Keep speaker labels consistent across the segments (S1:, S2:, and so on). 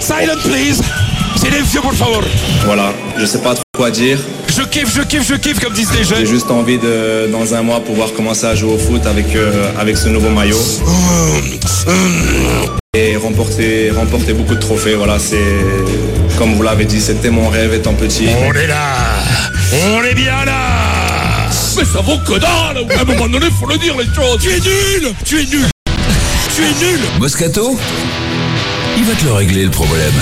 S1: Silent please Silencieux pour favor
S2: Voilà, je sais pas trop quoi dire.
S1: Je kiffe, je kiffe, je kiffe comme disent les
S2: J'ai
S1: jeunes.
S2: juste envie de, dans un mois, pouvoir commencer à jouer au foot avec, euh, avec ce nouveau maillot. Et remporter, remporter beaucoup de trophées. Voilà, c'est, comme vous l'avez dit, c'était mon rêve étant petit.
S1: On est là On est bien là Mais ça vaut que dalle À un moment donné, faut le dire les choses Tu es nul Tu es nul Tu es nul
S3: Moscato Il va te le régler le problème.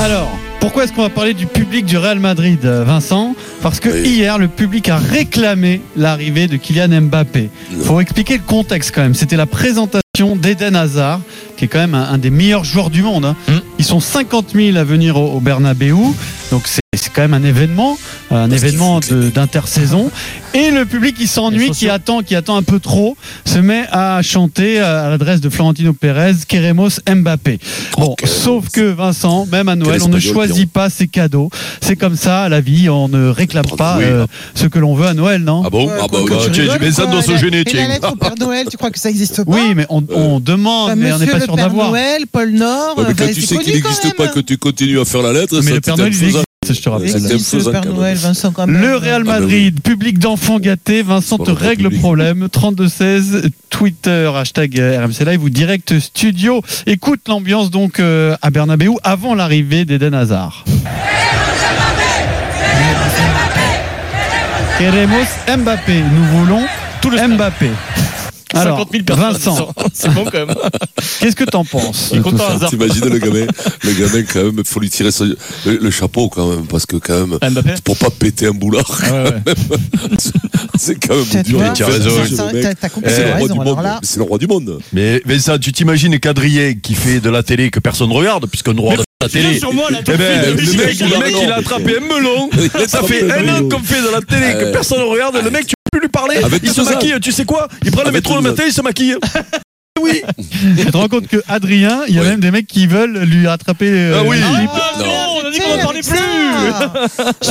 S4: Alors, pourquoi est-ce qu'on va parler du public du Real Madrid, euh, Vincent Parce que hier, le public a réclamé l'arrivée de Kylian Mbappé. Faut expliquer le contexte quand même. C'était la présentation d'Eden Hazard, qui est quand même un, un des meilleurs joueurs du monde. hein. Ils sont 50 000 à venir au, au Bernabeu, donc c'est c'est quand même un événement, euh, un événement de- d'intersaison. Et le public qui s'ennuie, qui attend, qui attend un peu trop, se met à chanter euh, à l'adresse de Florentino Pérez, Queremos Mbappé. Bon, sauf que Vincent, même à Noël, on ne choisit pas ses cadeaux. C'est comme ça, la vie, on ne réclame pas euh, ce que l'on veut à Noël, non
S5: Ah bon Ah bah, bah, tiens, j'ai mes ânes dans ce gêné,
S6: Et la
S5: tiens. Ah,
S6: lettre au Père Noël, tu crois que ça existe pas
S4: Oui, mais on,
S5: Euh.
S4: on demande,
S6: Bah,
S4: mais on n'est
S6: Ah. Monsieur
S4: pas
S6: le
S4: sûr
S6: Père
S4: d'avoir.
S6: Noël, Paul Nord,
S5: Ouais, mais
S6: bah,
S5: quand tu
S6: c'est
S5: sais
S6: connu
S5: qu'il
S6: quand
S5: n'existe pas,
S6: même.
S5: que tu continues à faire la lettre,
S4: Mais
S5: ça
S4: le
S5: c'est
S4: Père Noël,
S5: une
S4: il
S5: chose à-
S4: existe, je te
S6: Il
S4: rappelle.
S5: C'était
S6: existe
S5: Frozen
S6: le Père
S5: quand même.
S6: Noël, Vincent,
S7: Ah
S6: quand
S7: ben,
S6: même.
S4: Le Real
S5: bah
S4: Madrid, public d'enfants gâtés, Vincent
S5: Pour
S4: te
S5: le grand
S4: règle le
S5: public.
S4: problème. 32-16, Twitter, hashtag euh, RMC Live ou direct studio. Écoute l'ambiance donc euh, à Bernabeu avant l'arrivée d'Eden Hazard. Queremos Mbappé, nous voulons tout le Mbappé. Alors,
S7: 50 000 personnes.
S4: Vincent,
S7: C'est bon quand même.
S4: qu'est-ce que t'en penses
S7: Il est content, hasard.
S5: T'imagines le gamin, le gamin quand même, faut lui tirer son- le, le chapeau quand même, parce que quand même,
S7: Ah, Mbappé
S5: pour pas péter un boulard, c'est quand même
S6: Tiens, tu
S5: dur.
S6: vois,
S5: de
S7: tu as
S5: faire
S7: raison.
S5: ça chez
S6: Vincent,
S5: le mec.
S6: t'as- T'as
S5: C'est le
S6: complètement
S5: Eh, roi du
S6: raison. Alors
S5: monde.
S6: là,
S5: C'est le roi du monde.
S8: Mais Vincent, tu t'imagines Cadrier qui fait de la télé que personne ne regarde, puisqu'on ne regarde pas la télé.
S7: sur moi, là,
S8: Eh ben,
S5: Mais
S8: le
S5: si,
S8: mec,
S5: mais
S8: le
S5: non,
S8: mec,
S5: non.
S8: il a attrapé un melon. Ça fait un Ah an qu'on fait de la télé que
S5: Ouais.
S8: personne ne regarde. Le mec, tu peux plus lui parler.
S5: Avec
S8: Il se
S5: Toulouse.
S8: maquille, tu sais quoi Il prend le
S5: Avec
S8: métro Ah le
S5: Toulouse.
S8: matin, il se maquille. Oui.
S4: Tu te rends compte que Adrien, il y a
S5: Oui.
S4: même des mecs qui veulent lui attraper euh,
S8: Ah oui.
S4: la jupe.
S7: Ah
S5: Non.
S7: non, on a dit
S6: arrêtez
S7: qu'on en parlait
S6: avec
S7: plus
S6: ça.
S5: Ah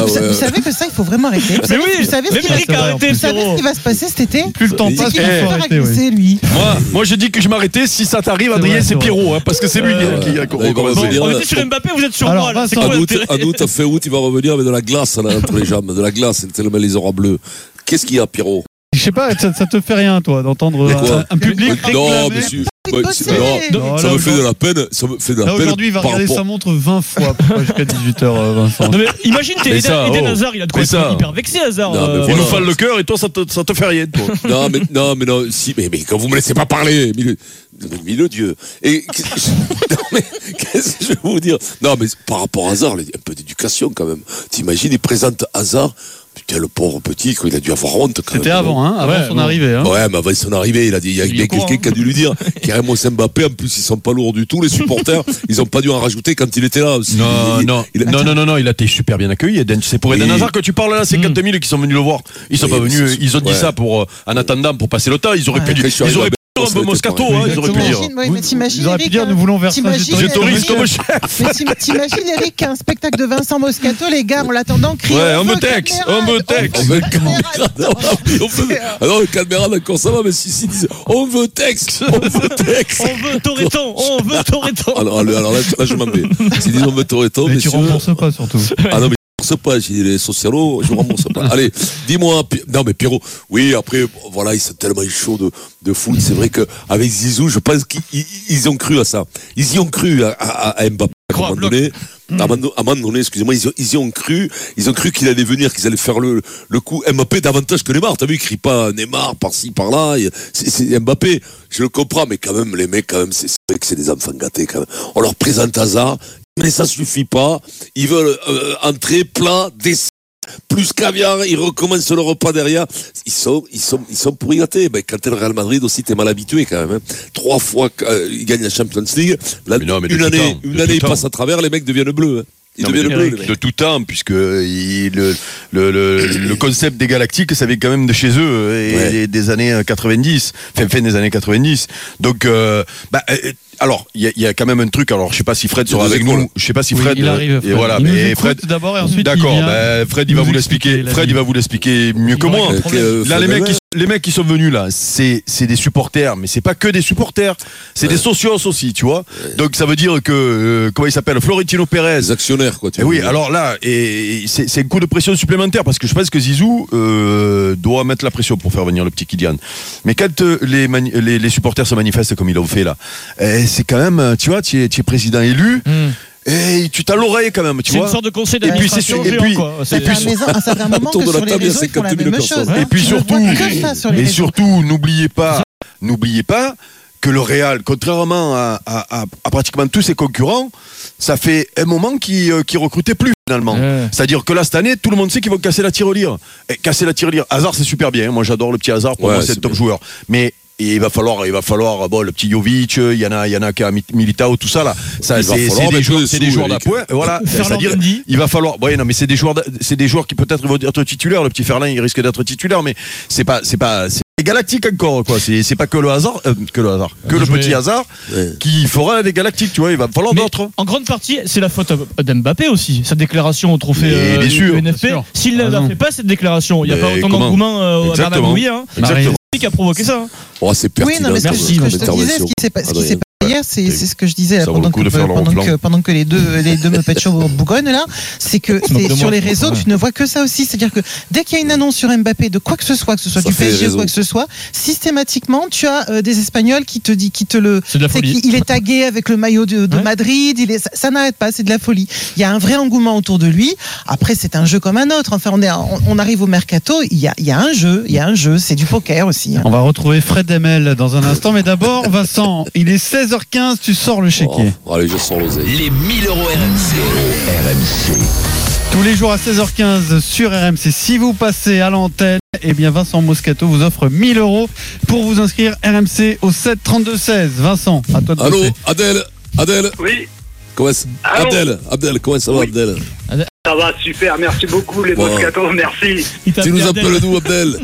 S6: Vous sa-
S5: ouais.
S6: Vous savez que ça, il faut vraiment arrêter. Vous
S7: Mais
S6: savez-
S7: oui,
S6: vous savez ce
S7: mais
S6: qui va-
S7: Eric,
S4: va,
S7: arrêtez,
S6: vous savez ce
S7: frérot
S6: qui va se passer cet été
S4: Plus le temps
S5: C'est
S4: passe, il
S6: C'est qu'il va
S8: Eh,
S4: faut
S6: falloir
S4: arrêter. oui.
S6: agresser, lui.
S8: Moi, moi, je dis que je m'arrêtais. Si ça t'arrive, Adrien,
S4: vrai,
S8: c'est
S4: c'est vrai.
S8: Pierrot, hein, parce que c'est lui
S7: Euh,
S8: qui, qui a
S5: Là, il va
S8: commencé.
S7: Bon,
S5: revenir.
S7: on était sur Mbappé, vous êtes sur
S4: Alors,
S7: moi. là. C'est
S4: Vincent,
S7: quoi
S5: En août,
S7: l'intérêt
S5: en août, fin août, il va revenir avec de la glace là, entre les jambes, de la glace, tellement les aura bleus. Qu'est-ce qu'il y a, Pierrot
S4: Je sais pas, ça, ça te fait rien, toi, d'entendre
S8: Euh,
S4: euh,
S5: Mais quoi Euh,
S4: un, un public
S5: Non,
S4: réclamer.
S5: mais si-
S6: Arrêtez
S5: ouais,
S6: de
S5: c'est-
S6: bosser.
S5: non,
S8: Oh
S4: Non,
S5: ça
S4: là,
S5: me fait de la peine. Ça me fait de la
S4: Là,
S5: peine.
S4: aujourd'hui, il va
S5: par
S4: regarder
S5: rapport-
S4: sa montre 20 fois pourquoi jusqu'à 18h, Vincent.
S7: Non, mais imagine, t'es
S8: Mais
S7: Eden,
S8: ça,
S7: Eden
S8: oh.
S7: Hazard, il a de quoi
S8: Mais
S7: être
S8: ça.
S7: hyper vexé, Hazard.
S5: Non, mais
S7: euh,
S8: Il nous
S5: Voilà.
S8: fale le cœur et toi, ça te, ça te fait rien, toi.
S5: Non, mais non, mais non, si, mais, mais quand vous me laissez pas parler, mille, mille dieux. Et que- je- non, mais qu'est-ce que je vais vous dire Non, mais par rapport à Hazard, il y a un peu d'éducation quand même. T'imagines, il présente Hazard. Putain, le pauvre petit, quoi, il a dû avoir honte quand même.
S4: C'était avant, hein, avant
S7: Ouais,
S4: son
S7: bon.
S4: arrivée. Hein.
S5: Ouais, mais avant son arrivée, il a dit, il y a,
S7: Il est
S5: il y a
S7: au courant,
S5: quelqu'un qui a dû lui dire, Carrément Mbappé, en plus, ils sont pas lourds du tout, les supporters, ils ont pas dû en rajouter quand il était là. aussi.
S8: Non,
S5: Il-
S8: non,
S5: il-
S8: non, non, non, non, il a été super bien accueilli, Eden. C'est pour Eden
S5: Oui. Hmm.
S8: Hazard que tu parles là, c'est 4000 qui sont venus le voir. Ils sont
S5: Oui,
S8: pas
S5: mais
S8: venus,
S5: c'est-
S8: ils ont dit
S5: ouais.
S8: ça pour, euh, en attendant, pour passer le temps. Ils auraient
S6: Ouais.
S8: pu dire,
S5: Quand je suis
S8: ils auraient
S5: arrivé à
S8: pu dire un peu
S5: Belgrade,
S8: Moscato,
S5: c'était
S8: hein, ils
S5: pareil.
S8: auraient pu dire.
S6: T'imagines, oui, mais t'imagines,
S4: Ils auraient pu
S6: Eric,
S4: dire,
S6: hein.
S4: nous voulons vers
S6: T'imagines,
S4: Saint-Gétoris.
S6: Eric,
S8: J'autorise
S6: Eric,
S8: comme
S6: euh,
S8: chef.
S6: Mais t'im- t'imagines, Eric, qu'un spectacle de Vincent Moscato, les gars, en l'attendant, crie.
S8: Ouais,
S6: on
S8: on me
S6: veut
S8: texte,
S6: Cameron,
S8: on me
S5: On
S8: texte.
S5: veut Ah, Calmera. Alors, le Calmera, d'accord, ça va, mais si, si, ils disent, on veut texte, on veut texte.
S7: On veut Toretan, on veut Toretan.
S5: Alors, le- alors là, là, je m'en vais. S'ils disent on veut Toretto,
S4: Mais
S5: messieurs.
S4: tu rembourses pas surtout.
S5: Ah non, mais je rembourse pas. J'ai dit, les socialos, je rembourse pas. Allez, dis-moi. Pi- Non, mais Pierrot, oui, après, bon, voilà, ils sont tellement chauds de, de foot. C'est vrai qu'avec Zizou, je pense qu'ils ils- ils ont cru à ça. Ils y ont cru à, à, à Mbappé. À un
S7: Croix,
S5: moment
S7: bloc.
S5: donné, à un moment- à un moment donné, excusez-moi, ils, y ont- ils y ont cru, ils ont cru qu'il allait venir, qu'ils allaient faire le, le coup Mbappé davantage que Neymar. T'as vu, il crie pas Neymar par-ci, par-là. Il- C'est c'est Mbappé. Je le comprends, mais quand même, les mecs, quand même, c'est c'est vrai que c'est des enfants gâtés, quand même. On leur présente hasard, mais ça suffit pas. Ils veulent euh, entrer plat, dessert, plus caviar, ils recommencent le repas derrière. Ils sont, ils sont, ils sont pourris gâtés. Ben, quand t'es le Real Madrid aussi, t'es mal habitué quand même. hein. Trois fois qu'ils gagnent la Champions League, Là,
S8: Mais non, mais de
S5: une
S8: tout
S5: année,
S8: temps, de
S5: une
S8: tout
S5: année ils
S8: temps.
S5: passent à travers, les mecs deviennent bleus. hein. Ils
S8: Non, mais
S5: deviennent bleus.
S8: Eric,
S5: les mecs.
S8: de tout temps, puisque euh, il- le, le, le, le concept des Galactiques, ça vient quand même de chez eux, euh, et
S5: Ouais.
S8: des- des années euh, 90, fin, fin des années 90. Donc, euh, bah, euh, alors, il y, a- il y a quand même un truc, alors je sais pas si Fred
S5: Il y a
S8: sera
S5: deux
S8: avec
S5: écoles.
S8: nous, je sais pas si
S4: Oui,
S8: Fred...
S4: il
S8: euh,
S4: arrive.
S8: et
S4: Fred.
S8: voilà,
S4: il nous
S8: et
S4: écoute
S8: Fred...
S4: d'abord et ensuite. il
S8: D'accord,
S4: vient.
S8: bah, Fred, il va
S4: nous
S8: vous
S4: expliquer
S8: l'expliquer.
S4: la
S8: Fred,
S4: vie.
S8: il va vous l'expliquer mieux que
S4: Il va
S8: moi.
S4: répondre.
S5: Euh,
S4: problème.
S5: que-
S8: Là, les mecs,
S5: Fred
S8: ils les mecs qui sont venus là, c'est c'est des supporters, mais c'est pas que des supporters, c'est des socios aussi, tu vois. Donc ça veut dire que euh, comment il s'appelle, Florentino Pérez.
S5: Les actionnaires, quoi. tu
S8: Eh
S5: vois.
S8: oui, alors là, et et c'est c'est un coup de pression supplémentaire parce que je pense que Zizou euh, doit mettre la pression pour faire venir le petit Kylian. Mais quand euh, les, mani- les, les supporters se manifestent comme ils l'ont fait là, eh, c'est quand même, euh, tu vois, tu es, tu es président élu,
S6: Hmm.
S8: et tu t'as l'oreille quand même, tu
S7: C'est une
S8: vois.
S7: sorte de conseil
S8: Et puis, c'est
S7: d'administration
S8: sûr- et
S7: géant,
S8: puis-
S7: quoi.
S8: et
S7: C'est-
S8: puis,
S6: C'est un maison- un certain moment
S5: Autour
S6: que
S5: de la
S6: sur les
S5: table, il y a
S6: réseaux, ils font la
S5: 50
S6: même
S5: 900.
S6: chose.
S8: Et puis
S6: Je vois
S8: surtout,
S6: que ça sur les
S8: et
S6: réseaux.
S8: surtout, n'oubliez pas, n'oubliez pas que le Real, contrairement à, à- à- à pratiquement tous ses concurrents, ça fait un moment qu'ils ne recrutaient plus finalement.
S6: Hmm.
S7: Ouais.
S8: C'est-à-dire que là cette année, tout le monde sait qu'ils vont casser la tirelire. Et casser la tirelire, Hazard c'est super bien. hein. Moi j'adore le petit Hazard, pour
S5: Ouais,
S8: moi c'est
S5: c'est
S8: le top
S5: bien.
S8: joueur. Mais il va falloir, il va falloir, bon, le petit Jovic, il y en a, il y en a qui a Mi- Militao, tout ça là. Ça
S5: Il va
S8: c'est
S5: falloir
S8: c'est des
S5: mettre
S8: joueurs,
S5: des
S8: c'est des
S5: sous,
S8: joueurs
S5: Eric.
S8: d'appoint. Voilà, c'est-à-dire
S7: Ferlandini.
S8: il va falloir. Ouais, non, mais c'est des joueurs, d- c'est des joueurs qui peut-être vont être titulaires. Le petit Ferland, il risque d'être titulaire, mais c'est pas, c'est pas. c'est galactique encore quoi c'est c'est pas que le hasard euh, que le hasard que le
S7: joué.
S8: petit hasard
S5: Ouais.
S8: qui fera des galactiques tu vois il va falloir
S7: Mais
S8: d'autres hein.
S7: en grande partie, c'est la faute à- d'Mbappé aussi, sa déclaration au trophée
S8: Mais
S7: euh,
S8: bien sûr,
S7: UNFP.
S4: bien sûr.
S7: S'il ne la
S4: Raison.
S7: fait pas, cette déclaration, il n'y a
S8: Mais
S7: pas autant
S8: comment
S7: d'engouement
S4: Oh,
S7: euh, à
S8: Exactement.
S7: Bernabéu, hein.
S8: exactement
S7: C'est qui a provoqué ça. hein.
S5: Oh, c'est
S6: Oui,
S5: pertinent.
S6: non, mais ce que,
S5: comme
S6: ce que je te disais, ce
S5: intervention.
S6: qui s'est pas- ce qui
S5: Adrien.
S6: s'est passé hier, c'est c'est ce que je disais là,
S8: Ça vaut le
S6: pendant,
S8: coup
S6: que,
S8: de faire le
S6: pendant,
S8: renflant.
S6: que, pendant que les deux, les deux me pètent chaud bougonnent là, c'est que
S7: moque
S6: c'est
S7: de
S6: sur
S7: moi,
S6: les
S7: je
S6: réseaux,
S7: comprends.
S6: tu ne vois que ça aussi. C'est-à-dire que dès qu'il y a une annonce sur Mbappé de quoi que ce soit, que ce soit
S5: Ça
S6: du
S5: fait
S6: PSG ou
S5: réseau.
S6: quoi que ce soit, systématiquement, tu as euh, des Espagnols qui te dit, qui te le,
S7: C'est de la
S6: c'est
S7: folie.
S6: qu'il- il est tagué avec le maillot de, de
S7: Ouais.
S6: Madrid, il est, ça, ça n'arrête pas, c'est de la folie. Il y a un vrai engouement autour de lui. Après, c'est un jeu comme un autre. Enfin, on, est, on, on arrive au mercato, il y a, il y a un jeu, il y a un jeu, c'est du poker aussi. hein.
S4: On va retrouver Fred Demel dans un instant, mais d'abord, Vincent, il est 16h15, tu sors le chéquier.
S5: Oh, allez, je sors l'oseille.
S3: Les 1000 euros RMC. RMC.
S4: Tous les jours à 16h15 sur RMC. Si vous passez à l'antenne, eh bien Vincent Moscato vous offre 1000 euros pour vous inscrire RMC au 7 32 16. Vincent, à toi de
S5: Allô,
S4: bosser.
S5: Adèle Adèle
S9: Oui,
S5: Comment ça
S9: Allô
S5: Adèle, Adèle, comment ça va,
S9: Oui.
S5: Abdel
S9: ça va, super, merci beaucoup les
S5: Bon.
S9: Moscato, merci.
S7: Il t'a
S5: Tu nous
S7: appelé Adèle.
S5: appelles d'où, Abdel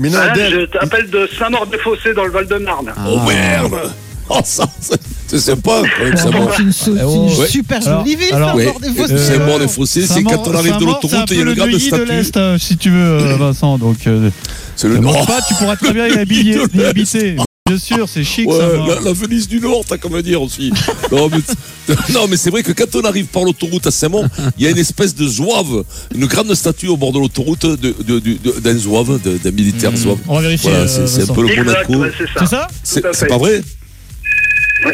S8: mais non
S9: Hein,
S8: Adèle,
S9: je t'appelle de Saint-Maur-de-Fossé dans le Val-de-Marne.
S4: Ah.
S5: Oh merde Oh, ça, c'est- c'est sympa quand même, ça
S6: C'est une, c'est une
S5: ouais.
S6: super
S4: Alors-
S6: jolie ville,
S4: alors-
S6: ça,
S5: Ouais.
S6: encore des fausses
S5: C'est
S6: couleurs.
S5: mort les fossés, c'est
S4: Saint-Maur-
S5: quand on arrive de
S4: Saint-Maur, c'est un
S5: l'autoroute,
S4: peu
S5: il y a le grade de
S4: Neuilly de
S5: statue. Oh.
S4: l'Est, euh, si tu veux, euh, Vincent. Donc, euh,
S5: C'est le
S4: ne
S5: Nord.
S4: manque pas, tu pourras très bien y habiller-
S5: Neuilly de
S4: y habiter. Bien sûr, c'est chic.
S5: Ouais, bah,
S4: Saint-Maur.
S5: la, la Venise du Nord, t'as qu'à me dire aussi. Non, mais, t- non, mais c'est vrai que quand on arrive par l'autoroute à Saint-Mont, il y a une espèce de zouave, une grande statue au bord de l'autoroute de- de- du- de- d'un zouave, de- d'un militaire
S4: Mm.
S5: zouave.
S7: On va vérifier.
S5: Voilà,
S7: euh,
S5: c'est c'est un
S7: Vincent.
S5: peu le
S9: Exact,
S5: Monaco.
S9: ouais, c'est ça.
S7: C'est ça
S5: C'est
S9: tout à
S5: c'est
S9: fait.
S5: pas vrai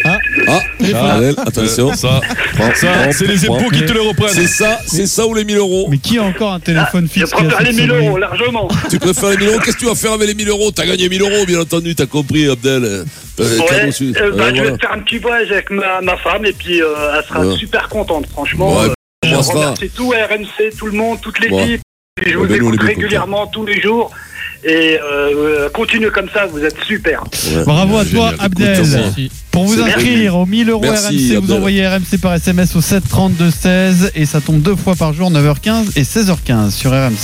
S7: Ah.
S5: Ah, Adèle, attention.
S8: ça
S5: Prends, prends,
S8: ça c'est les
S5: prends.
S8: époux qui te le reprennent
S5: C'est ça, c'est ça ou les 1000 euros.
S4: Mais qui a encore un téléphone
S9: Je
S4: fixe qui a
S9: préfère les
S4: cette
S9: 1000
S4: sonnerie
S9: euros, largement.
S5: Tu préfères les 1000 euros Qu'est-ce que tu vas faire avec les 1000 euros T'as gagné 1000 euros, bien entendu, t'as compris, Abdel. Euh,
S9: Ouais,
S5: cadeau suisse.
S9: euh, bah,
S5: Ouais,
S9: Je
S5: voilà.
S9: vais faire un petit voyage avec ma, ma femme et puis euh, elle sera
S5: Ouais.
S9: super contente, franchement.
S5: Ouais,
S9: Euh,
S5: puis
S9: je
S5: on sera.
S9: remercie tout RMC, tout le monde, toute
S5: Ouais.
S9: l'équipe. Et Je
S5: Ouais,
S9: vous
S5: ben, nous, on
S9: écoute
S5: les écoute,
S9: régulièrement tous les jours. Et euh, euh, continuez comme ça, vous êtes super.
S5: Ouais.
S4: Bravo à toi,
S8: Génial.
S4: Abdel.
S5: Écoute,
S4: Pour vous
S5: C'est
S4: inscrire aux 1000 euros
S5: Merci,
S4: RMC, vous
S5: Abdel.
S4: envoyez RMC par SMS au 7 32 16 et ça tombe deux fois par jour, 9h15 et 16h15 sur RMC.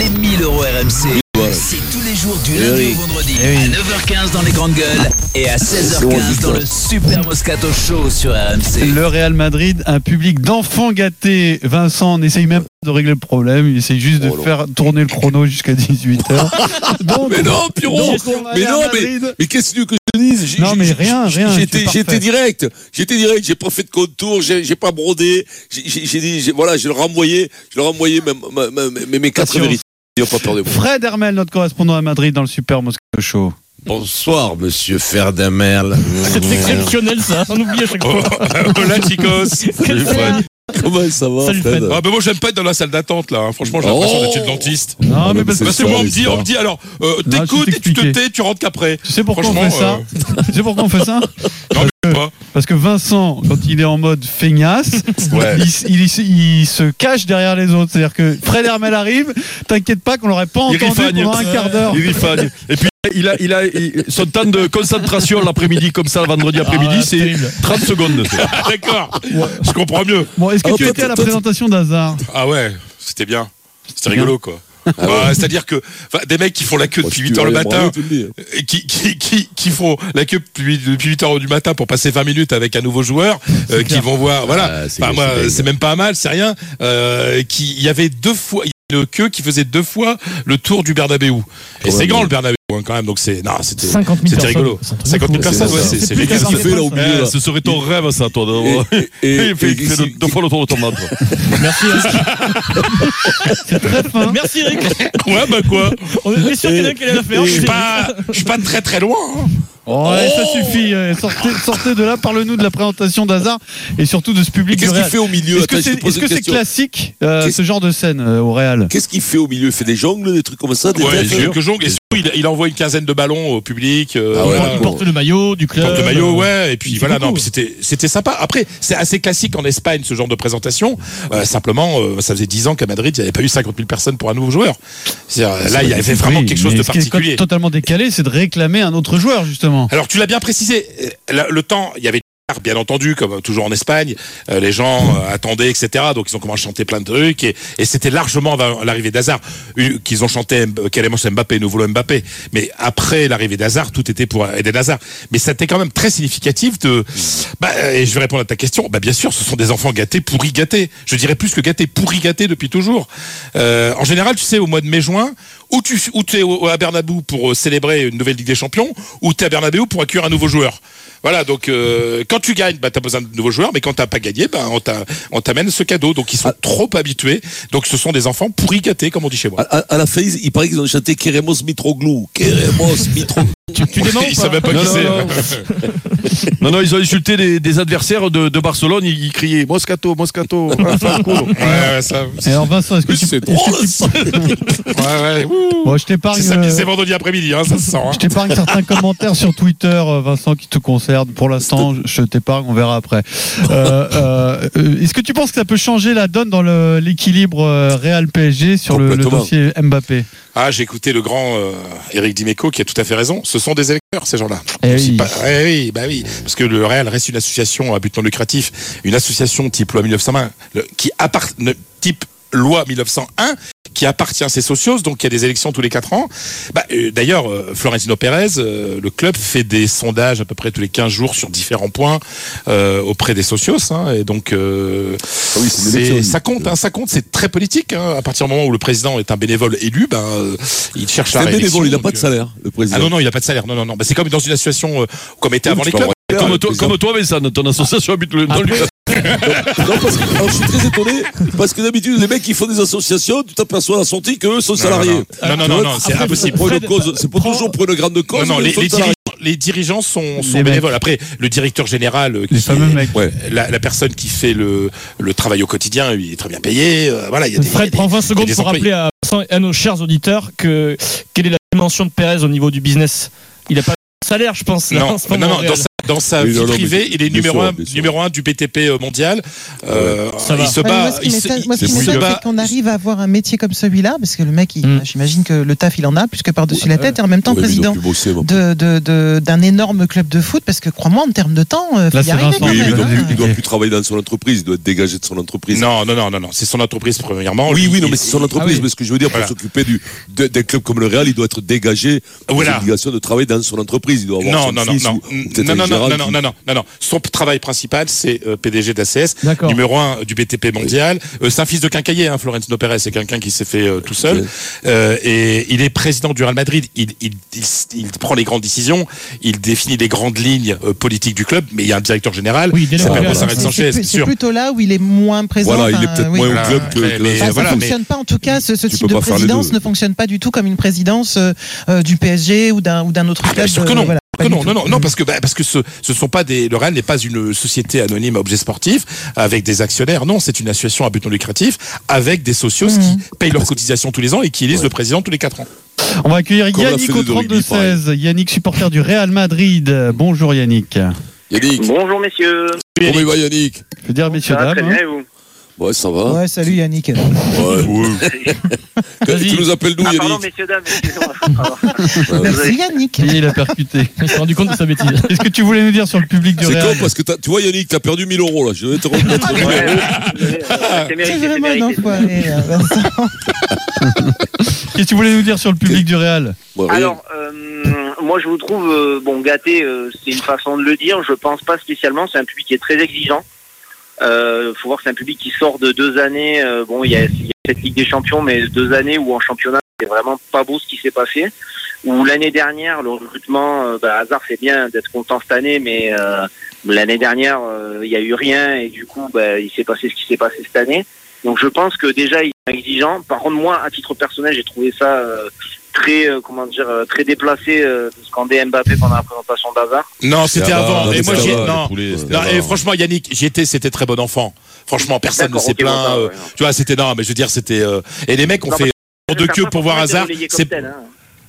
S3: Les 1000 euros RMC.
S5: voilà.
S3: C'est tous les jours du
S5: Eh
S3: lundi
S5: oui.
S3: au vendredi
S5: Ah,
S3: à 9h15 dans les grandes gueules et à
S5: bon,
S3: 16h15 dans
S5: dis-toi.
S3: le Super Moscato Show sur RMC.
S4: Le Real Madrid, un public d'enfants gâtés. Vincent n'essaye même pas de régler le problème, il essaye juste de
S5: Oh là.
S4: faire tourner le chrono jusqu'à 18h. Donc,
S5: Mais non, Pierrot
S4: donc, on va
S5: Mais
S4: aller à
S5: non, mais,
S4: Madrid.
S5: mais qu'est-ce que tu veux que je te dise J'ai-
S4: Non,
S5: j'ai-
S4: mais
S5: j'ai-
S4: rien,
S5: j'ai-
S4: rien, tu es
S5: J'étais,
S4: parfait.
S5: j'étais direct. J'étais direct. J'ai pas fait de contour. J'ai, j'ai pas brodé. J'ai, j'ai- j'ai dit, j'ai- voilà, je le renvoyais. Je le renvoyais même, ma- ma- ma- mes, mes quatre
S4: Patience.
S5: vérités. Ils ont pas peur de moi.
S4: Fred Hermel, notre correspondant à Madrid dans le Super Moscato Show.
S10: Bonsoir, monsieur Ferdamel.
S7: C'est exceptionnel ça, on oublie à chaque fois.
S5: Oh,
S10: Hola, chicos. Salut, Fred.
S5: Comment ça va
S7: Salut, Fred.
S10: Ah, ben moi, j'aime pas être dans la salle d'attente, là. hein. Franchement, j'ai l'impression
S5: Oh.
S10: d'être chez le dentiste.
S4: Non, mais parce
S10: Parce que moi, on me dit, on me dit, alors, euh,
S4: Non, je
S10: t'écoutes
S4: vais
S10: et tu te
S4: t'expliquer.
S10: tais, tu rentres qu'après.
S4: Tu sais pourquoi on fait
S10: Franchement, euh,
S4: ça Tu sais pourquoi on fait ça
S10: Non, mais pas.
S4: Parce que Vincent, quand il est en mode feignasse,
S8: Ouais.
S4: il, s- il s- il se cache derrière les autres. C'est-à-dire que Fred Hermel arrive, t'inquiète pas qu'on l'aurait pas
S8: Il
S4: entendu
S8: rifagne.
S4: pendant un quart d'heure.
S8: Il rifagne. Et puis, il a, il a il- son temps de concentration l'après-midi, comme ça, le
S4: Ah,
S8: vendredi après-midi,
S7: ouais,
S8: c'est
S7: terrible.
S8: 30 secondes.
S10: D'accord. Je comprends mieux.
S4: Bon, est-ce que
S5: Ah,
S4: tu
S5: toi,
S4: étais à la
S5: toi,
S4: présentation d'Hazard
S10: Ah ouais, c'était bien. C'était
S4: Bien.
S10: rigolo, quoi. Bah, C'est-à-dire que enfin, des mecs qui font la queue depuis 8 heures le matin, et qui, qui, qui, qui font la queue depuis, depuis 8 heures du matin pour passer 20 minutes avec un nouveau joueur, euh, qui vont voir, voilà.
S8: Ah, c'est
S10: Enfin, moi,
S8: c'est dingue.
S10: c'est même pas mal, c'est rien. Euh, qui, il y avait deux fois, il une queue qui faisait deux fois le tour du Bernabeu. Et c'est grand le Bernabeu hein, quand même, donc c'est non, c'était
S7: 50 000
S10: c'était
S7: personnes.
S10: rigolo.
S7: C'est un truc
S5: fou.
S10: 50 000
S7: de
S10: personnes,
S5: C'est
S10: ouais,
S5: ça.
S10: c'est
S7: C'est
S10: c'est
S7: plus
S10: légal.
S7: qu'un
S5: Qu'est-ce qu'il fait là au milieu
S7: Eh,
S5: là
S11: Ce serait ton rêve, ça, toi. d'avoir-
S5: Et- et-
S11: Il fait
S5: et-
S11: il fait deux fois le tour de ton ventre.
S7: Merci. Merci Eric.
S10: Ouais, bah quoi
S7: On est sûr qu'il y en a qui allait la hein, faire.
S10: Je suis pas, je suis pas très très loin. hein.
S4: Oh, ouais, ça suffit. euh, Sortez, sortez de là, parle-nous de la présentation d'Hazard et surtout de ce
S5: Et
S4: public. du
S5: qu'est-ce qu'il
S4: Real.
S5: fait au milieu
S4: Est-ce que
S5: Attends, je
S4: c'est
S5: te pose
S4: est-ce
S5: une
S4: que c'est
S5: question.
S4: classique euh,
S5: Qu'est-ce-
S4: ce genre de scène euh, au Real
S5: Qu'est-ce qu'il fait au milieu Il fait des jongles, des trucs comme ça des
S10: Ouais,
S5: têtes
S10: j'ai que jongle. Et surtout, il, il envoie une quinzaine de ballons au public. euh,
S5: Ah ouais,
S10: voilà.
S7: Il porte le maillot du club.
S10: Porte le maillot,
S4: euh,
S10: ouais, et puis
S7: fait
S10: voilà,
S7: beaucoup.
S10: non, puis c'était c'était sympa. Après, c'est assez classique en Espagne ce genre de présentation. Euh, simplement, euh, ça faisait 10 ans qu'à Madrid, il n'y avait pas eu 50 000 personnes pour un nouveau joueur. C'est-à-dire, Là, il y avait vraiment
S4: Oui,
S10: quelque chose
S4: mais
S10: de
S4: ce qui est
S10: particulier.
S4: totalement décalé, c'est de réclamer un autre joueur justement.
S10: Alors, tu l'as bien précisé. euh, la- Le temps, il y avait des stars, Bien entendu, comme toujours en Espagne, Euh, les gens euh, attendaient, etc. Donc ils ont commencé à chanter plein de trucs et, et c'était largement avant l'arrivée d'Hazard euh, qu'ils ont chanté M- Queremos Mbappé, nous voulons Mbappé. Mais après l'arrivée d'Hazard, tout était pour Eden Hazard. Mais c'était quand même très significatif de. Bah, euh, et je vais répondre à ta question. Bah bien sûr, ce sont des enfants gâtés, pourris gâtés. Je dirais plus que gâtés, pourris gâtés depuis toujours. Euh, en général, tu sais, au mois de mai-juin, ou tu ou es à Bernabeu pour euh, célébrer une nouvelle Ligue des Champions, ou tu es à Bernabeu pour accueillir un nouveau joueur. Voilà, donc euh, quand tu gagnes, bah, tu as besoin de nouveaux joueurs, mais quand tu pas gagné, bah, on t'a- on t'amène ce cadeau. Donc ils sont trop habitués. Donc ce sont des enfants pourris gâtés, comme on dit chez
S5: À,
S10: moi.
S5: à- à la fin, ils- il paraît qu'ils ont chanté Keremos Mitroglou. Keremos Mitroglou.
S7: Tu démens
S10: ils
S7: ou
S10: savent même pas
S8: Non,
S10: qui
S8: non,
S10: c'est.
S8: non. Non, non, ils ont insulté des, des adversaires de, de Barcelone. Ils, ils criaient Moscato, Moscato.
S10: Ouais, ouais, ça.
S4: Et alors Vincent, est-ce que tu
S5: C'est drôle ça.
S10: Ouais, ouais. ouh.
S4: Bon, je
S10: C'est
S4: t'épargne
S10: samedi-
S4: euh,
S10: c'est vendredi après-midi, hein, ça se sent. hein.
S4: Je t'épargne certains commentaires sur Twitter, euh, Vincent, qui te concernent. Pour l'instant, je- je t'épargne, on verra après. Euh, euh, euh, Est-ce que tu penses que ça peut changer la donne dans le- l'équilibre euh, Real PSG sur le, le
S5: Complètement.
S4: dossier Mbappé
S10: Ah, j'ai écouté le grand euh, Eric Dimeco qui a tout à fait raison. Ce sont des électeurs, ces gens-là.
S4: Eh
S10: C'est
S4: oui.
S10: pas- eh oui, bah oui. Parce que le Real reste une association à but non lucratif, une association type loi 1901, le- qui appart- ne- type loi 1901, qui appartient à ses socios, donc il y a des élections tous les quatre ans. Bah, euh, D'ailleurs, euh, Florentino Pérez, euh, le club fait des sondages à peu près tous les 15 jours sur différents points euh, auprès des socios. hein, et donc, euh,
S5: Ah oui, c'est une
S10: c'est-
S5: élection, oui.
S10: ça compte, hein, ça compte, c'est très politique. hein. À partir du moment où le président est un bénévole élu, ben, euh, il cherche
S5: C'est un
S10: la
S5: bénévole, il n'a
S10: réélection,
S5: pas de
S10: donc, euh,
S5: salaire, le président.
S10: Ah non, non, il n'a pas de salaire. Non, non, non. Bah, c'est comme dans une association euh, comme était
S5: Oui,
S10: avant
S5: tu
S10: les
S5: peux
S10: clubs.
S5: avoir-
S8: Comme
S5: le
S8: toi,
S5: président.
S8: comme toi, Vincent, ton association habite le. dans le-
S5: Non, parce que- alors, je suis très étonné parce que d'habitude les mecs qui font des associations, tu t'aperçois à la sortie qu'eux sont salariés.
S10: Non, non,
S5: Tu
S10: non,
S5: vois,
S10: non, c'est
S5: Fred,
S10: impossible.
S5: pour une
S7: Fred,
S5: cause, c'est pas
S7: prends-
S5: toujours pour une grande cause.
S10: Non, non,
S5: mais
S10: les,
S5: ils sont
S10: les
S5: salariés.
S10: dirigeants, les dirigeants sont, sont
S4: Les
S10: bénévoles. Après, le directeur général, euh,
S4: Les
S10: qui
S4: fameux
S10: est
S4: mecs.
S5: Ouais.
S10: la, la personne qui fait le, le travail au quotidien, il est très bien payé. euh, voilà, il y a des. il y a
S7: Fred,
S10: des-
S7: prends 20
S10: il y
S7: secondes
S10: a des
S7: pour
S10: employés.
S7: rappeler à, Vincent et à nos chers auditeurs que quelle est la dimension de Pérez au niveau du business. Il a pas de salaire, je pense. là,
S10: Non,
S7: en ce moment,
S10: non,
S7: au
S10: non,
S7: Real.
S10: dans sa, dans sa
S5: Oui,
S10: vie
S5: non, non, mais
S10: privée,
S5: bien
S10: il est
S5: sûr,
S10: numéro un,
S5: bien sûr.
S10: numéro un du PTP mondial. Euh,
S7: Ça va.
S10: il se
S6: Ouais, mais
S10: bat,
S6: moi, ce qui
S10: il se,
S6: m'étonne, moi, ce
S5: c'est
S6: qui
S5: fou,
S10: il se
S6: m'étonne,
S10: bat.
S6: c'est qu'on arrive à avoir un métier comme celui-là, parce que le mec, il-
S7: Mm.
S6: j'imagine que le taf, il en a plus que par-dessus la tête, et en même temps,
S5: Ouais, mais ils ont
S6: président
S5: pu bosser, hein. bon.
S6: de- de- de- d'un énorme club de foot, parce que crois-moi, en termes de temps, euh, faut
S4: Là,
S6: y
S4: c'est
S6: arriver
S4: Vincent
S6: quand
S5: Oui, mais
S4: Ouais,
S5: il
S6: même. hein.
S5: doit,
S4: ouais,
S5: plus-
S4: ouais.
S5: il doit plus travailler dans son entreprise, il doit être dégagé de son entreprise.
S10: Non, non, non, non, non, c'est son entreprise premièrement.
S5: Oui,
S10: Lui,
S5: oui, non,
S10: il- ah
S5: mais c'est son entreprise.
S7: oui.
S5: Mais ce que je veux dire, pour
S10: Voilà.
S5: s'occuper du, de- d'un club comme le Real, il doit être dégagé
S10: Voilà.
S5: de l'obligation de travailler dans son entreprise. Il doit avoir
S10: Non,
S5: son
S10: non, non,
S5: fils
S10: non,
S5: ou- ou peut-être
S10: non,
S5: un
S10: non, non,
S5: gérant
S10: non,
S5: qui-
S10: non, non, non, non, non. Son travail principal, c'est euh, PDG d'ACS,
S7: D'accord.
S10: numéro un du BTP mondial. Euh, c'est un fils de quincaillier, hein, Florence Pérez, c'est quelqu'un qui s'est fait euh, tout seul.
S5: Ok.
S10: Euh, et il est président du Real Madrid. Il, il, il, il prend les grandes décisions, il définit les grandes lignes euh, politiques du club, mais il y a un directeur général.
S7: Oui, dès
S10: Ça
S7: lors
S10: s'appelle
S7: que-
S10: Gonzalo
S6: C'est-
S10: Sanchez,
S6: c'est
S10: c'est
S6: plus- C'est
S10: sûr.
S6: plutôt là où il est moins présent.
S5: Voilà, il est
S6: enfin,
S5: peut-être
S6: oui.
S5: moins
S10: Voilà.
S5: au club que.
S10: Mais-
S5: que-
S10: mais
S6: Enfin,
S10: voilà,
S6: ça fonctionne pas en tout cas ce, ce
S5: Tu
S6: type
S5: peux
S6: de
S5: pas faire les deux.
S6: présidence ne fonctionne pas du tout comme une présidence euh, euh, du PSG ou d'un ou d'un autre
S10: Ah, bien
S6: club
S10: sûr que
S6: euh,
S10: non.
S6: voilà,
S10: Que
S6: pas du
S10: non,
S6: tout.
S10: non, non, non, parce que bah, parce que ce ce sont pas des le Real n'est pas une société anonyme à objet sportif avec des actionnaires. Non, c'est une association à but non lucratif avec des socios qui payent leurs cotisations tous les ans et qui élisent le président tous les quatre ans.
S4: On va accueillir
S5: Comme la
S4: Yannick
S5: fédé
S4: au
S5: de rugby,
S4: 32-16. Yannick, supporter du Real Madrid. Euh, Bonjour Yannick.
S5: Yannick,
S9: Bonjour, messieurs.
S5: comment il va Yannick
S4: Je veux dire, messieurs,
S9: Ça va
S4: dames.
S9: très bien,
S4: hein.
S9: et vous
S5: Ouais, ça va.
S6: Ouais, salut Yannick.
S5: Ouais. Que-
S7: Vas-y.
S5: Tu nous appelles d'où
S9: Ah, pardon,
S5: Yannick
S9: messieurs, dames. excusez-moi. Pardon. Vous avez-
S6: Merci Yannick.
S4: Et il a percuté.
S7: Il s'est rendu compte de sa bêtise.
S4: Qu'est-ce que tu voulais nous dire sur le public du
S5: C'est con
S4: Real
S5: parce que t'as- tu vois Yannick, t'as perdu 1000 euros là. Je vais te remettre.
S9: Ouais, ouais, ouais, euh, C'est
S6: C'est
S9: mérité, c'est
S6: vraiment un
S9: mérité.
S6: enfoiré, euh, Vincent.
S4: Qu'est-ce que tu voulais nous dire sur le public du Real
S5: Bon, rien.
S9: Alors, euh, moi, je vous trouve, euh, bon, gâté, euh, c'est une façon de le dire. Je pense pas spécialement. C'est un public qui est très exigeant.
S12: Euh, faut voir que c'est un public qui sort de deux années. euh, bon, il y a, il y a cette Ligue des Champions, mais deux années où en championnat, c'est vraiment pas beau ce qui s'est passé. Où l'année dernière, le recrutement, euh, bah, hasard, c'est bien d'être content cette année, mais euh, l'année dernière, euh, il y a eu rien et du coup, bah, il s'est passé ce qui s'est passé cette année. Donc, je pense que déjà, il est exigeant. Par contre, moi, à titre personnel, j'ai trouvé ça euh, très, euh, comment dire, euh, très déplacé euh, de scander Mbappé pendant la présentation d'Hazard.
S10: Non, c'était
S12: Ah bah,
S10: avant.
S12: non,
S10: Et
S12: mais
S10: moi,
S12: ça
S10: j'y-
S12: va,
S10: non.
S12: les poulets, c'était
S10: Non, et
S12: avant.
S10: franchement, Yannick, j'y étais, c'était très bon enfant. Franchement, personne ne
S12: D'accord,
S10: s'est
S12: ok, bon,
S10: plaint.
S12: ça,
S10: euh,
S12: ouais, non.
S10: Tu vois, c'était non, mais je veux dire, c'était. euh, Et les mecs ont
S12: Non,
S10: fait
S12: parce
S10: un tour de
S12: Ça
S10: queue
S12: n'a
S10: pour
S12: pas
S10: voir
S12: forcément
S10: hasard.
S12: été relayé comme
S10: C'est
S12: tel, hein.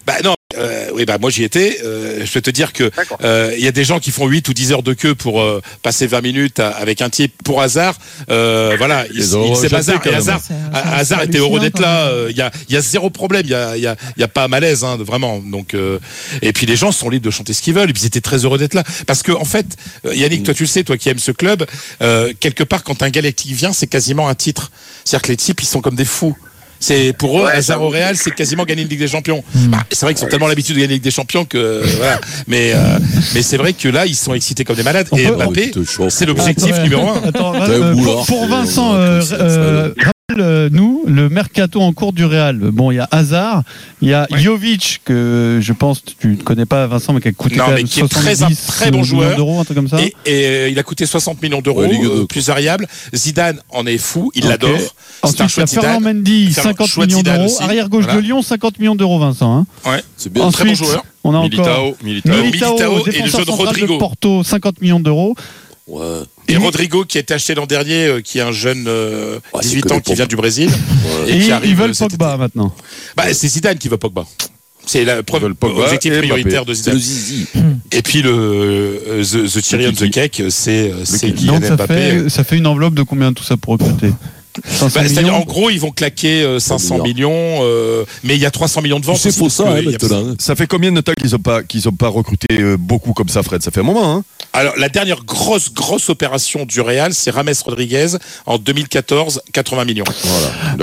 S10: bah non. euh, oui, bah moi j'y étais. euh, je peux te dire que euh, il y a des gens qui font 8 ou 10 heures de queue pour euh, passer 20 minutes à- avec un type pour hasard. Euh, voilà, il-
S11: Ils
S10: il-
S11: ont
S10: c'est
S11: rejeté,
S10: hasard.
S11: quand
S10: Et
S11: même.
S10: hasard,
S11: C'est un-
S10: Ha-
S11: c'est
S10: Ah, hasard était heureux
S11: hallucinant,
S10: d'être
S11: quand
S10: là. euh, Il y, a, il y a zéro problème. Il y a, il y a- il y a pas à malaise, hein, de- vraiment. Donc euh, et puis les gens sont libres de chanter ce qu'ils veulent. Et puis ils étaient très heureux d'être là parce que en fait, euh, Yannick, toi tu le sais, toi qui aimes ce club, euh, quelque part quand un Galactique vient, c'est quasiment un titre. C'est-à-dire que les types ils sont comme des fous. C'est pour eux, hasard au Real, c'est quasiment gagner une Ligue des Champions.
S11: Hmm.
S10: Bah, c'est vrai qu'ils ont tellement l'habitude de gagner la Ligue des Champions que euh, voilà. Mais euh, mais c'est vrai que là, ils sont excités comme des malades. et
S5: Ah,
S10: Mbappé, c'est l'objectif
S4: Attends,
S10: numéro un.
S4: attends, euh, pour, pour
S10: hein.
S4: Vincent, euh, euh, rappelle-nous le mercato en cours du Real. Bon, il y a Hazard, il y a Jovic, que je pense que tu ne connais pas, Vincent, mais qui a coûté
S10: Non,
S4: quand
S10: mais
S4: même
S10: qui est très, un
S4: 70
S10: très bon
S4: millions
S10: joueur.
S4: d'euros, un truc comme ça.
S10: Et, et, euh, il a coûté 60 millions d'euros,
S4: Hein Ouais, Ligue deux,
S10: euh, plus variable. Zidane en est fou, il
S4: Ok.
S10: l'adore. C'est un
S4: Ensuite, il y a
S10: chouette
S4: Fernand
S10: Zidane.
S4: Mendy,
S10: Fernand-
S4: 50
S10: chouette
S4: millions
S10: Zidane
S4: d'euros.
S10: aussi.
S4: Arrière gauche
S10: Voilà.
S4: de Lyon, 50 millions d'euros, Vincent. hein.
S10: Ouais, c'est bien,
S4: Ensuite,
S10: très bon joueur.
S4: On a
S10: Militao,
S4: encore
S10: Militao. Militao et le
S4: défenseur
S10: jeune
S4: central
S10: Rodrigo.
S4: de Porto, 50 millions d'euros.
S10: Et Rodrigo qui a été acheté l'an dernier, euh, qui est un jeune euh, 18 ans qui vient du Brésil.
S4: Et,
S10: qui
S4: ils
S10: arrive, euh,
S4: veulent
S10: cet
S4: Pogba maintenant.
S10: Bah, c'est Zidane qui veut Pogba. C'est la preuve,
S11: Pogba
S10: objectif
S11: et Mbappé.
S10: prioritaire de Zidane.
S11: C'est le
S10: Et puis le euh, the, the cherry on the cake, c'est euh, c'est
S4: Donc
S10: Kylian
S4: ça
S10: Mbappé.
S4: fait, ça fait une enveloppe de combien tout ça pour recruter 500
S10: Bah, C'est-à-dire,
S4: millions
S10: en gros, ils vont claquer euh, 500 millions, euh, mais il y a 300 millions de ventes. aussi,
S5: hein,
S10: parce que il y a-
S8: Ça fait combien de temps qu'ils n'ont pas, qu'ils ont pas recruté euh, beaucoup comme ça, Fred Ça fait un moment, hein
S10: Alors, la dernière grosse, grosse opération du Real, c'est Rames Rodriguez en 2014, 80 millions.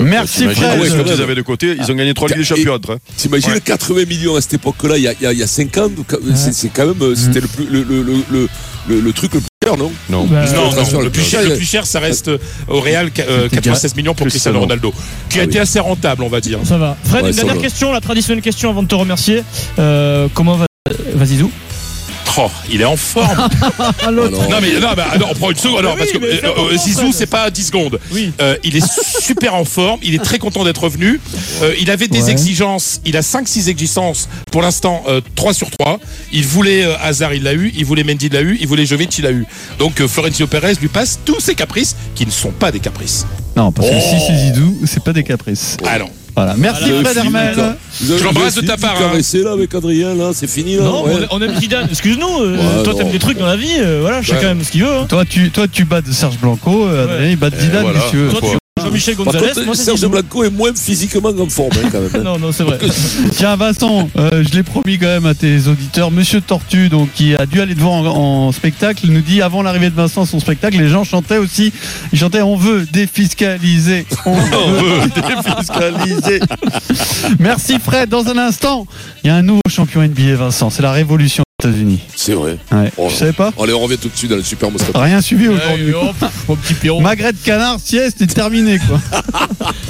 S4: Merci,
S10: t'imagines- Fred.
S8: Ah ouais,
S10: Je-
S8: quand ils avaient de côté, ils ont gagné 3 Ligues des Champions.
S10: Et-
S8: hein.
S5: T'imagines
S8: Ouais.
S5: 80 millions à cette époque-là, il y a- il y, a- il y a 5 ans, donc, c'est c'est quand même, euh, c'était le, plus- le, le, le, le, le- le truc le plus cher, non
S8: Non,
S10: Non, non, le, plus cher, le plus cher, ça reste euh, au Real qu- euh, 96 millions pour Cristiano Ronaldo, qui a été assez rentable, on va dire.
S7: Ça va. Fred,
S10: Ouais,
S7: une
S10: ça
S7: dernière
S10: va.
S7: question, la traditionnelle question avant de te remercier. Euh, comment va euh, va Zizou
S10: Oh, il est en forme.
S7: L'autre.
S10: Non mais non, bah, non, on prend une seconde alors
S7: Oui,
S10: parce que
S7: mais fais
S10: euh, euh,
S7: attention,
S10: Zizou
S7: Fred.
S10: c'est pas 10 secondes. Euh, il est super en forme, il est très content d'être revenu. Euh, il avait des
S11: Ouais.
S10: exigences, il a 5 6 exigences pour l'instant euh, 3 sur 3. Il voulait euh, Hazard, il l'a eu, il voulait Mendy, il l'a eu, il voulait Jovic, il l'a eu. Donc euh, Florentino Pérez lui passe tous ses caprices qui ne sont pas des caprices.
S4: Non, parce que
S10: Oh.
S4: si c'est Zidou, c'est pas des caprices.
S10: Ah non.
S4: Voilà. Merci
S5: Le
S4: Fred
S5: film,
S4: Hermel.
S5: quoi. Vous avez-
S10: Je l'embrasse
S5: vous avez
S10: de ta
S5: fini
S10: part, hein.
S5: Caresser là avec Adrien, là, c'est fini là.
S7: Non,
S5: ouais.
S7: on- on aime Zidane. Excuse-nous, euh,
S5: Ouais,
S7: toi t'aimes
S5: non.
S7: des trucs dans la vie, euh, voilà, chacun aime ce qu'il veut. hein.
S4: Toi tu, toi, tu bats de Serge Blanco, euh, Adrien, il bat de Zidane,
S5: voilà.
S4: si tu veux.
S7: Toi, tu- Jean-Michel
S5: Par
S7: Gonzalez,
S5: contre,
S7: moi, c'est
S5: Serge
S7: Zizou.
S5: Blanco est moins physiquement en forme hein, quand même. hein.
S7: Non, non, c'est vrai.
S4: Tiens Vincent, euh, je l'ai promis quand même à tes auditeurs, Monsieur Tortue, donc qui a dû aller devant en, en spectacle, il nous dit avant l'arrivée de Vincent son spectacle, les gens chantaient aussi, ils chantaient on veut défiscaliser, on veut défiscaliser. Merci Fred, dans un instant, il y a un nouveau champion NBA Vincent, c'est la révolution aux États-Unis.
S5: C'est vrai.
S4: Ouais. Je savais pas.
S5: Allez, on revient tout de suite dans le super Moscato.
S4: Rien suivi aujourd'hui. Magret de canard, sieste est terminé quoi.